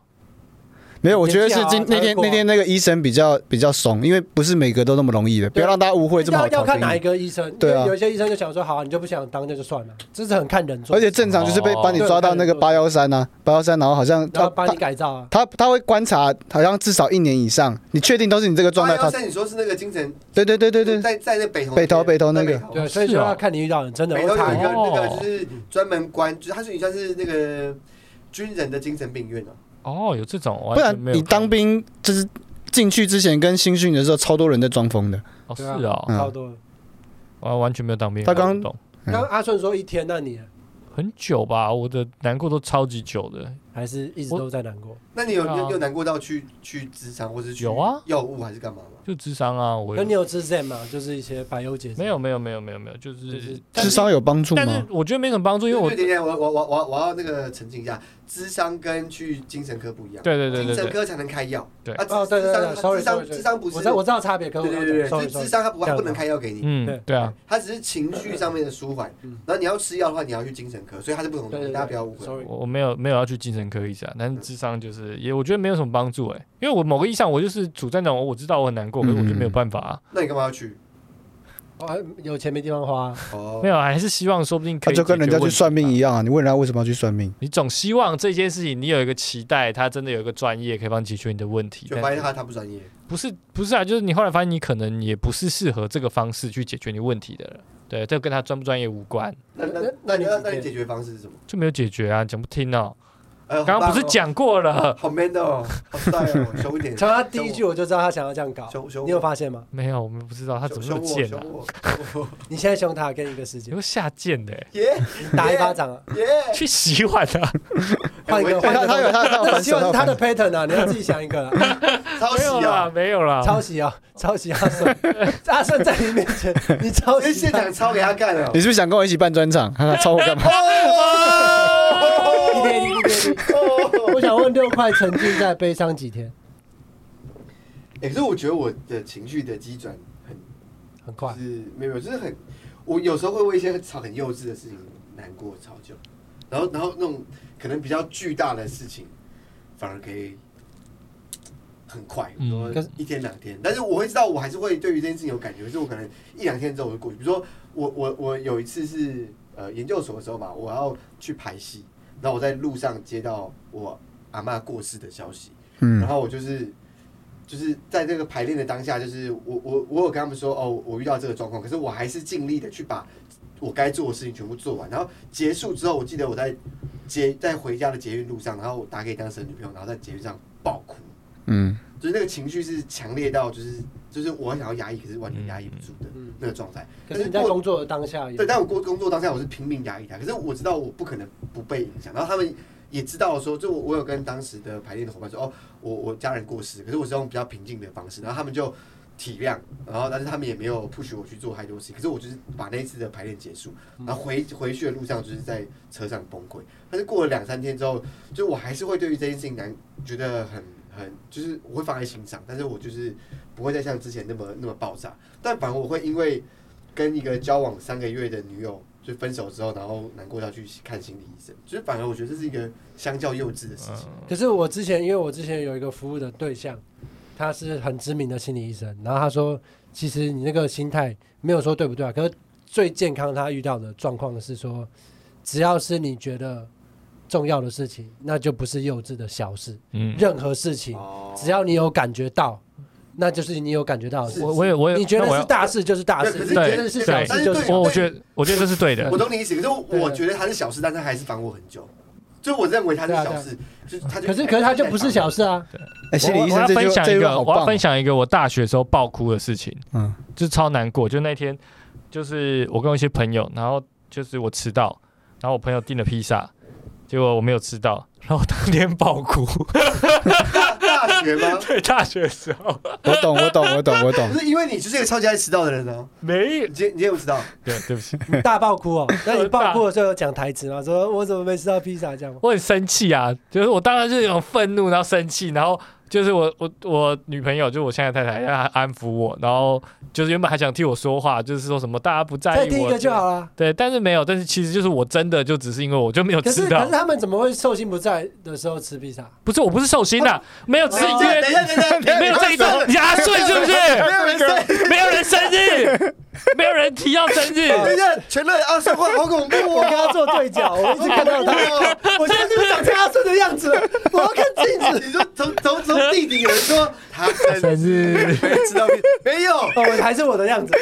S3: 没有，我觉得是今
S1: 年纪啊
S3: 那
S1: 才会
S3: 天
S1: 过啊
S3: 那天那个医生比较比较怂，因为不是每个都那么容易的，不要让大家误会这么好
S1: 要啊要
S3: 逃
S1: 看哪一
S3: 兵。
S1: 个医生，
S3: 对啊
S1: 有有一些医生就想说，好、啊，你就不想当那就算了，这是很看人做
S3: 而
S1: 的，
S3: 且正常就是被
S4: 哦
S3: 把你抓到那个
S1: 对
S3: 八幺三啊，八幺三，然后好像
S1: 然后
S3: 他
S1: 帮你改造啊。
S3: 他他会观察，好像至少一年以上，你确定都是你这个状态，
S2: 八幺
S3: 他
S2: 三，你说是那个精神
S3: 对对对对对，
S2: 在在那北投
S3: 北投北投那个
S2: 在北
S1: 对，所以就是
S4: 哦
S1: 要看你遇到人，真的
S2: 北
S1: 会
S2: 投有
S1: 查
S2: 一
S1: 一
S2: 个
S1: 下。
S2: 那个就是专门关，就是它是像是那个军人的精神病院啊。
S4: 哦，有这种，
S3: 不
S4: 完
S3: 然
S4: 全没有
S3: 你
S4: 看
S3: 当兵就是进去之前跟新训的时候，超多人在装疯的。
S4: 哦是
S1: 对啊
S4: 哦，
S3: 嗯
S1: 差不多了。
S4: 我完全没有当兵。
S3: 他刚
S4: 我不懂
S3: 嗯
S1: 刚刚阿顺说一天，那你
S4: 很久吧，我的难过都超级久的。
S1: 还是一直都在难过。
S2: 那你有
S4: 对啊
S2: 你有难过到去去职场或是去
S4: 有啊
S2: 药物还是干嘛吗？
S4: 就智商啊，我
S1: 那你有吃 Zen 吗？就是一些百忧解。
S4: 没有，没有没有没有没有，就
S1: 就是
S4: 是但
S3: 智
S4: 是
S3: 商有帮助
S4: 但
S3: 吗
S4: 是？我觉得没什么帮助，因为我
S2: 对对对我我我我我要那个澄清一下，智商跟去精神科不一样，
S4: 对对对
S2: 精
S4: 对
S2: 神
S4: 对，
S2: 科才能开药。
S4: 对
S2: 啊，
S1: 哦，对对对
S2: 智商
S1: ，sorry
S2: 智商
S1: sorry，
S2: 智商不是
S1: 我知道我知道差别，可
S2: 对
S1: 我
S2: 对对对，
S1: sorry
S2: 就是
S1: sorry，
S2: 智商它不
S1: 这
S2: 它
S1: 样
S2: 不能开药给你，
S1: 对
S4: 嗯，对啊，
S2: 它只是情绪上面的舒缓
S1: 嗯。
S2: 然后你要吃药的话，你要去精神科，所以它是不同
S1: 对对
S2: 的，
S1: 对，
S2: 大家不要误会。
S1: sorry，
S4: 我我没有没有要去精神科医生、啊，但是智商就是也我觉得没有什么帮助哎、因为我某个意义上我就是处在那种哦我知道我很难
S3: 嗯
S4: 过，可是我就没有办法、啊，
S2: 那你干嘛要去？
S1: 我还哦啊有钱没地方花，
S2: 哦
S4: 没，有啊还是希望说不定可
S3: 他
S4: 以、
S3: 就跟人家去算命一
S4: 样，
S3: 样啊！你问人家为什么要去算命？
S4: 你总希望这件事情你有一个期待，他真的有一个专业可以帮你解决你的问题，
S2: 就发
S4: 但
S2: 现
S4: 是
S2: 他他不专业。
S4: 不是不是啊，就是你后来发现你可能也不是适合这个方式去解决你问题的人，对，这跟他专不专业无关，
S2: 那那
S1: 那
S2: 那
S1: 你
S2: 你
S1: 怎么
S2: 那那你
S1: 解
S2: 解决方式是什么？
S4: 就没有解决啊，讲不听哦，
S2: 呃
S4: 刚刚不是，讲啊过了，
S2: 好棒哦好 man 哦，好帅 哦，凶一点，
S1: 从他第一句我就知道他想要这样搞
S2: 凶，凶我
S1: 你有发现吗？
S4: 没有，我们不知道他怎么那
S2: 凶
S4: 么
S2: 我，
S4: 贱啊
S2: 凶，我，凶我
S1: 你现在凶他，给你一个时间
S4: 有，下贱的欸、
S2: 耶
S1: 打一巴掌 啊，
S2: 耶！
S4: 去洗碗啊。
S1: 换一个，
S2: 我
S1: 换一
S3: 他
S1: 个
S3: 他
S1: 东西。那
S3: 有他他有反
S1: 希
S3: 手，
S1: 望是
S3: 他
S1: 他
S3: 有
S1: 的
S3: 反
S1: pattern 啊，你要自己想一个啊。
S2: 抄
S4: 没有
S2: 袭
S4: 啦，
S2: 啊！
S4: 没有啦，
S1: 抄袭啊，抄袭阿顺，阿顺在你面 前，你抄
S2: 因为
S1: 袭
S2: 现
S1: 他，
S2: 场抄给他干了
S3: 你。是不是想跟我一起办专场？ 他抄我干嘛？
S1: 一点一点一点。
S2: 哦
S1: 我想问六块沉浸在悲伤几天？
S2: 哎，可是我觉得我的情绪的机转很，
S1: 很快
S2: 就，是没有，就是很，我有时候会为一些很吵、很幼稚的事情难过超久，然后然后那种可能比较巨大的事情，反而可以。很快，比
S4: 嗯
S2: 如
S1: 可
S2: 说
S1: 是
S2: 一天两天，但是我会知道，我还是会对于这件事情有感觉，可是我可能一两天之后我就过去。比如说我我我有一次是呃研究所的时候吧，我要去排戏，然后我在路上接到我阿嬷过世的消息，
S3: 嗯
S2: 然，后我就是就是在这个排练的当下，就是我我我有跟他们说哦，我遇到这个状况，可是我还是尽力的去把我该做的事情全部做完。然后结束之后，我记得我在捷在回家的捷运路上，然后我打给当时的女朋友，然后在捷运上爆哭，
S3: 嗯，
S2: 就是那个情绪是强烈到就是就是我很想要压抑，可是完全压抑不住的
S1: 嗯，
S2: 那个状态。
S1: 可
S2: 但
S1: 是
S2: 是
S1: 你在
S2: 过
S1: 工作的当下也，
S2: 对，但我工工作当下我是拼命压抑它，可是我知道我不可能不被影响。然后他们也知道说，就我我有跟当时的排练的伙伴说，哦，我我家人过世，可是我是用比较平静的方式，然后他们就体谅，然后但是他们也没有 push 我去做太多事情，可是我就是把那一次的排练结束，然后回回去的路上就是在车上崩溃。但是过了两三天之后，就我还是会对于这件事情难觉得很很，就是我会放在心上，但是我就是不会再像之前那么那么爆炸，但反而我会因为。跟一个交往三个月的女友就分手之后，然后难过要去看心理医生，就是反而我觉得这是一个相较幼稚的事情。
S1: 可是我之前，因为我之前有一个服务的对象，他是很知名的心理医生，然后他说，其实你那个心态没有说对不对啊，可是最健康他遇到的状况是说，只要是你觉得重要的事情，那就不是幼稚的小事，
S4: 嗯，
S1: 任何事情，
S2: 哦
S1: 只要你有感觉到，那就是你有感觉到的事情
S4: 我我也我也，
S1: 你觉
S4: 但我
S1: 得
S4: 要
S1: 是大事就是大事，
S2: 对可
S1: 你
S2: 是
S1: 觉得是
S4: 对对
S1: 小事就是
S2: 但是
S1: 小
S2: 对
S1: 事。
S4: 我我觉得我觉得这是对的
S2: 我，懂你意思，可是我
S1: 对
S2: 我觉得它是小事，但是它还是绑我很久。就我认为它是
S1: 对啊
S2: 小事，就是它就
S1: 可是可是他就不是小事啊，
S3: 哎，心理医
S4: 我我
S3: 生
S4: 要
S3: 这
S4: 分
S3: 句
S4: 享
S3: 这
S4: 一
S3: 句话
S4: 个，我
S3: 好
S4: 要
S3: 棒哦啊
S4: 分，享一个我大学时候爆哭的事情，
S3: 嗯
S4: 就是超难过。就那天，就是我跟我一些朋友，然后就是我迟到，然后我朋友订了披萨，结果我没有吃到，然后我当天 爆哭。
S2: 哎大学吗？
S4: 对，大学的时候
S3: 我懂我懂我懂我懂
S2: 不，是因为你就是一个超级爱迟到的人哦，
S4: 没有
S2: 你今天你也不知道，
S4: 对，对不起，
S1: 你大爆哭哦。那你爆哭的时候有讲台词吗？说我怎么没吃到披萨这样吗？
S4: 我很生气啊，就是我当然是有愤怒，然后生气，然后就是我我我女朋友，就我现在的太太，她安抚我，然后就是原本还想替我说话，就是说什么大家不在
S1: 再
S4: 意
S1: 听一
S4: 我，
S1: 个就好了。
S4: 对，但是没有，但是其实就是我真的就只是因为我就没有
S1: 可是
S4: 吃
S1: 可
S4: 到
S1: 是，他们怎么会寿星不在的时候吃披萨？
S4: 不是我不是寿星 啊，没有吃
S2: 等一下等一
S4: 约，
S2: 下等一下等一下，
S4: 没有这一种，你阿顺是不
S2: 没
S4: 是？
S2: 有人在。
S4: 没有人生日，没有人提要生日，
S2: 等一下，全乐啊阿顺会好恐怖
S1: 我跟
S2: 哦！
S1: 他做对 角，我一直看到他，我现在就是长成阿顺的样子了，我要看镜子。
S2: 你说从从从地底有人说他生日 没知道没有，
S1: 哦，我还是我的样子，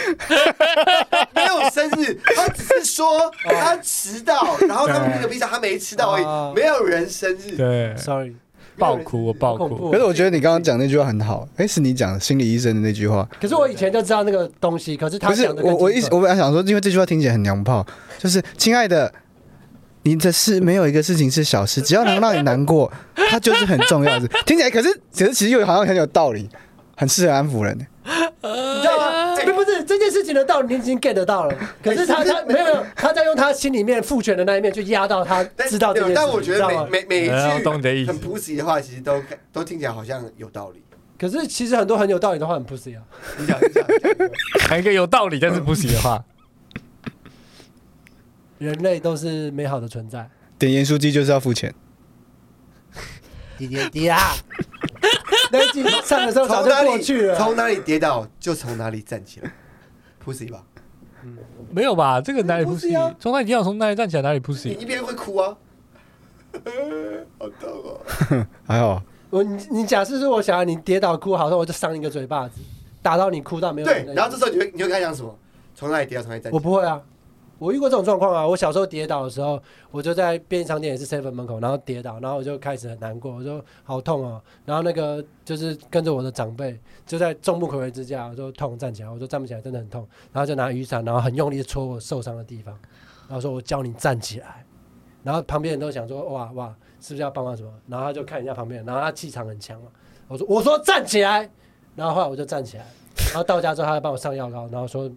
S2: 没有生日，他只是说他迟到，然后他们那个披萨他没吃到而
S1: 哦
S2: 已，没有人生日，没有人
S4: 对，
S1: ，sorry，
S4: 爆哭我爆
S1: 好恐
S4: 哭，
S1: 怖
S3: 可。是我觉得你刚刚讲那句话很好，哎，是你讲心理医生的那句话，
S1: 可是我以前就知道那个东西，可是他
S3: 不是
S1: 讲的
S3: 我我一直
S1: 直
S3: 我本来想说，因为这句话听起来很娘炮，就是亲爱的，你的事没有一个事情是小事，只要能让你难过， 它就是很重要的。听起来可是可是其实又好像很有道理，很适合安抚人。
S1: 你知道吗？不不是这件事情的道理，你已经 get 得到了。可是他他没有没有，他在用他心里面父权的那一面去压到他
S2: 但
S1: 知道这件事情，
S2: 但我觉
S1: 你知道
S2: 得
S1: 吗
S2: 每每每一
S4: 哎我
S2: 句
S4: 懂你的意思
S2: 很 pussy 的话，其实都都听起来好像有道 理。
S1: 可是其实很多很有道理的话很 pussy 啊。
S2: 你讲你讲，你讲
S4: 讲一个有道理但是不行的话，
S1: 人类都是美好的存在。
S3: 点盐酥鸡就是要付钱，
S1: 滴滴滴啊！ 那一集上的时候早
S2: 从
S1: 就
S2: 哪
S1: 过去
S2: 里
S1: 了。
S2: 从哪里跌倒就从哪里站起来，pussy 吧。
S4: 没有吧？这个哪里不
S2: 不是啊
S4: 行？从哪里跌倒从哪里站起来哪里不
S2: 你
S4: 行？
S2: 一边会哭啊， 好痛哦！
S3: 还好
S1: 我你你假设是我想要你跌倒哭，好，那我就扇一个嘴巴子，打到你哭到没有
S2: 对
S1: 眼，泪。
S2: 然后这时候你会你会跟他讲什么？从哪里跌倒从哪里站起
S1: 我
S2: 来？
S1: 不会啊，我遇过这种状况啊。我小时候跌倒的时候，我就在便利商店也是 seven 门口，然后跌倒，然后我就开始很难过，我说好痛哦。然后那个就是跟着我的长辈，就在众目睽睽之下，我说痛站起来，我说站不起来真的很痛，然后就拿雨伞，然后很用力的戳我受伤的地方，然后说我教你站起来。然后旁边人都想说哇哇，是不是要帮忙什么？然后他就看一下旁边人，然后他气场很强嘛。我说我说站起来，然后后来我就站起来，然后到家之后他就帮我上药膏，然后说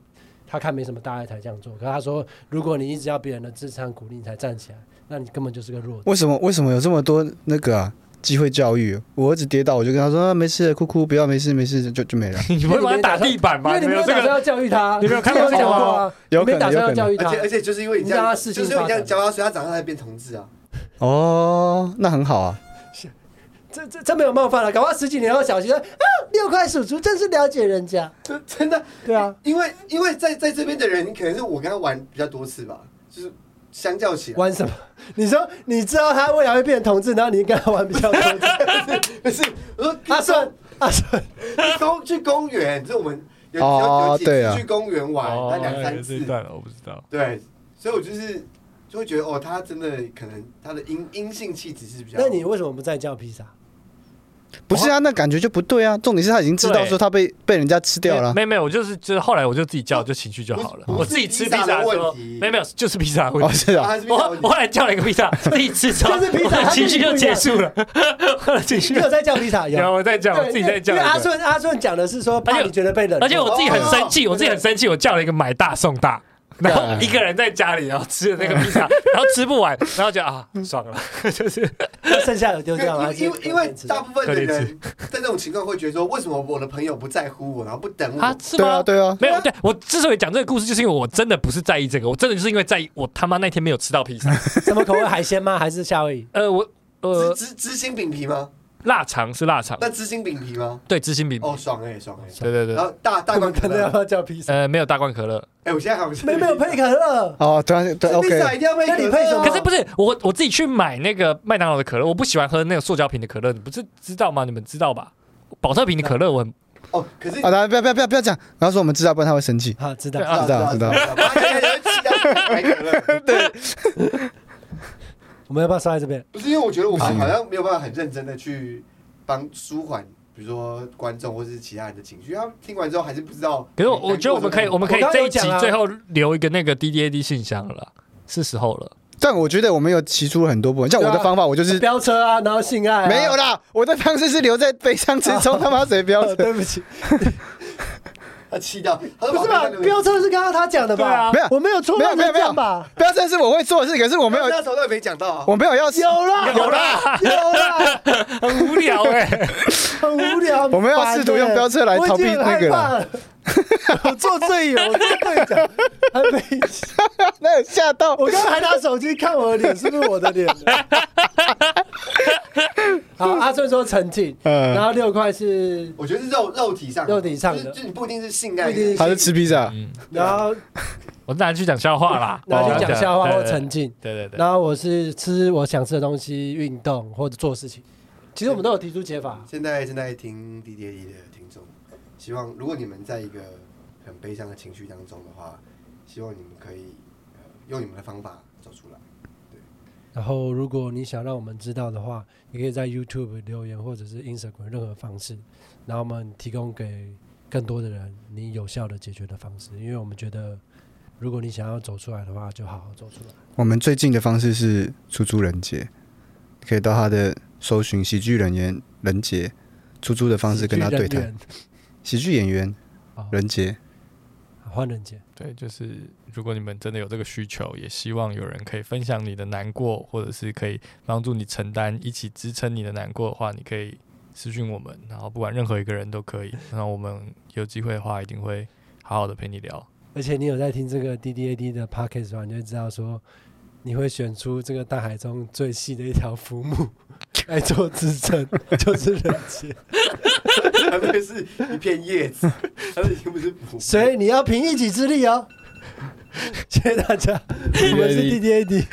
S1: 他看没什么大碍才这样做。可是他说，如果你一直要别人的支撑鼓励你才站起来，那你根本就是个弱者。
S3: 为什么为什么有这么多那个啊？机会教育，我儿子跌倒，我就跟他说、啊、没事，哭哭，不要没事没事，就就没了。
S4: 你不会把它打地板
S1: 因
S4: 吧？
S1: 为你没有
S4: 这
S1: 打算
S4: 个
S1: 要教育他，
S4: 你没有看
S1: 你
S4: 过
S1: 有
S4: 这
S1: 讲
S4: 个吗
S1: 过啊，
S3: 有
S1: 你没
S3: 可
S1: 打
S3: 能
S1: 算要
S3: 有可
S1: 教
S3: 能
S1: 育
S2: 而
S1: 他
S2: 且，而且就是因为你
S1: 你
S2: 这
S1: 让
S2: 样，
S1: 他事
S2: 就
S1: 情
S2: 是因为你这
S1: 发展
S2: 样教他，所以他长大才变同志啊。
S3: 哦，那很好啊。
S1: 这这这没有冒犯了，搞不好十几年后小学生啊，六块鼠叔真是了解人家，
S2: 真真的，
S1: 对啊，
S2: 因为因为在在这边的人，可能是我跟他玩比较多次吧，就是相较起来，
S1: 玩什么？你说你知道他未来会变同志，然后你跟他玩比较多，
S2: 不是我说
S1: 阿顺，
S2: 公去公园，这我们有
S3: 哦
S2: 有有几
S3: 对啊
S2: 次去公园玩，
S4: 哦
S2: 那两
S4: 有
S2: 三
S4: 这
S2: 次
S4: 一，段了，我不知道。
S2: 对，所以我就是就会觉得哦，他真的可能他的阴阴性气质是比较。
S1: 那你为什么不再叫披萨？
S3: 不是啊，那感觉就不对啊。重点是他已经知道说他被被人家吃掉了啊，
S4: 没没有，我就是就是后来我就自己叫，就情绪就好了。
S2: 不是
S4: 我自己吃披萨的时候，
S2: 不是披萨的问题
S4: 没有没有，就是披萨的问
S3: 哦
S4: 题。
S3: 是
S2: 啊
S3: 啊，
S2: 还是比
S4: 我
S2: 较
S4: 我后来叫了一个披萨，自己吃之后，
S1: 就是披萨
S4: 我
S1: 它
S4: 的
S1: 自己
S4: 情绪就结束了。我的情绪
S1: 你有在叫披萨？有，
S4: 然后我在叫，我
S1: 对
S4: 自己在叫
S1: 因
S4: 一
S1: 为阿
S4: 个。
S1: 顺阿顺讲的是说怕
S4: 而且
S1: 你觉得被冷落，
S4: 而且我自己很生气，
S2: 哦
S4: 我自己很生气，我叫了一个买大送大，然后一个人在家里，然后吃了那个披萨，然后吃不完，然后就啊，算了， 就是
S1: 那哦剩下的丢掉吗？
S2: 因为因为因为大部分的
S4: 特
S2: 人
S4: 别
S2: 在这种情况会觉得说，为什么我的朋友不在乎我，然后不等
S4: 啊
S2: 我，？
S4: 是
S3: 对啊
S4: 吗？
S3: 对啊，
S4: 没有，对我之所以讲这个故事，就是因为我真的不是在意这个，我真的就是因为在意我他妈那天没有吃到披萨。
S1: 什么口味？海鲜吗？还是夏威夷？
S4: 呃，我呃，
S2: 知知知心饼皮吗？
S4: 腊肠是腊肠，
S2: 那知心饼皮吗？
S4: 对，知心饼皮，
S2: 哦，爽哎、爽哎、
S4: 对对
S2: 然
S4: 对，
S2: 后大大罐可
S1: 可能要
S2: 乐
S1: 不，要叫披萨？
S4: 呃，没有大罐可乐，
S2: 哎、我现在好像是
S1: 没 没有配可乐，
S3: 哦对啊对
S2: 披萨
S3: ，OK，
S2: 一定要配可乐啊，
S1: 那你配什么
S4: 可是不是我我自己去买那个麦当劳的可乐，我不喜欢喝那个塑胶瓶的可乐，你不是知道吗？你们知道吧？保特瓶的可乐我很
S2: 哦，可是
S1: 啊
S3: 好的，啊不要不要不要不要讲，然后说我们知道，不然他会生气。
S1: 好知道
S4: 对。啊
S3: 知道知道
S2: 知道，八个人期待买可乐，
S1: 我们要不要刷在这边？
S2: 不是因为我觉得我们好像没有办法很认真的去帮舒缓，比如说观众或是其他人的情绪，他们听完之后还是不知道。哎
S4: 可是我我觉得我们可以我们可以
S1: 哎我刚刚
S4: 这
S1: 有
S4: 一集
S1: 讲啊
S4: 最后留一个那个 D D A D 信箱了啦，是时候 了。
S3: 但我觉得我们有提出很多部分，像我的
S1: 对啊
S3: 方法，我就是
S1: 飙车啊，然后性爱啊
S3: 没有。啦，我的方式是留在悲伤之中，他妈谁标
S1: 哦
S3: 准？
S1: 对不起，
S2: 他气到，不
S1: 不是吧？飙车是刚刚他讲的
S4: 对
S1: 吧？
S4: 啊
S3: 没有
S1: 我没有错
S3: 没有
S1: 乱
S3: 没
S1: 成
S3: 有没
S1: 这
S3: 有
S1: 样吧？
S3: 标准是我会做的事，可是我没有，
S2: 那时候都没讲到啊。
S3: 我没有要，
S1: 有啦，有啦，有啦，
S4: 很无 聊哎、
S1: 很无聊。
S3: 我们要试图用飙车来逃避那个啦
S1: 了。我做队友，我做队长，还没。
S3: 那有吓到。
S1: 我刚才还拿手机看我的脸，是不是我的 脸？好，阿顺说沉浸，
S3: 嗯
S1: 然后六块是，
S2: 我觉得是肉肉体上的，
S1: 肉体上的
S2: 就是就你不一定是性爱
S1: 不一定
S2: 的，
S3: 他是吃披萨，
S1: 然后
S4: 我拿去讲笑话啦，
S1: 拿去讲笑话
S4: 哦对
S1: 或
S4: 对
S1: 沉浸，
S4: 对对对对，
S1: 然后我是吃我想吃的东西、运动或者做事情。其实我们都有提出解法，
S2: 现在正在听 D D A D 的听众，希望如果你们在一个很悲伤的情绪当中的话，希望你们可以、呃、用你们的方法走出来。
S1: 然后如果你想让我们知道的话，你可以在 YouTube 留言或者是 Instagram 任何方式，然后我们提供给更多的人你有效的解决的方式，因为我们觉得。如果你想要走出来的话，就好好走出来。
S3: 我们最近的方式是出租人杰，可以到他的搜寻喜剧人员人杰，出租的方式跟他对
S1: 喜剧人
S3: 谈
S1: 员。，
S3: 喜剧演员
S1: 哦
S3: 人杰，
S1: 换人姐，
S4: 对，就是如果你们真的有这个需求，也希望有人可以分享你的难过，或者是可以帮助你承担、一起支撑你的难过的话，你可以私讯我们，然后不管任何一个人都可以。那我们有机会的话，一定会好好的陪你聊。
S1: 而且你有在听这个 D D A D 的 podcast 的话，你就会知道说，你会选出这个大海中最细的一条浮 木来做支撑， 就是人杰。
S2: 他那个是一片叶子，他那已经不是 腐。
S1: 所以你要凭一己之力哦。谢谢大家，我们是 D D A D。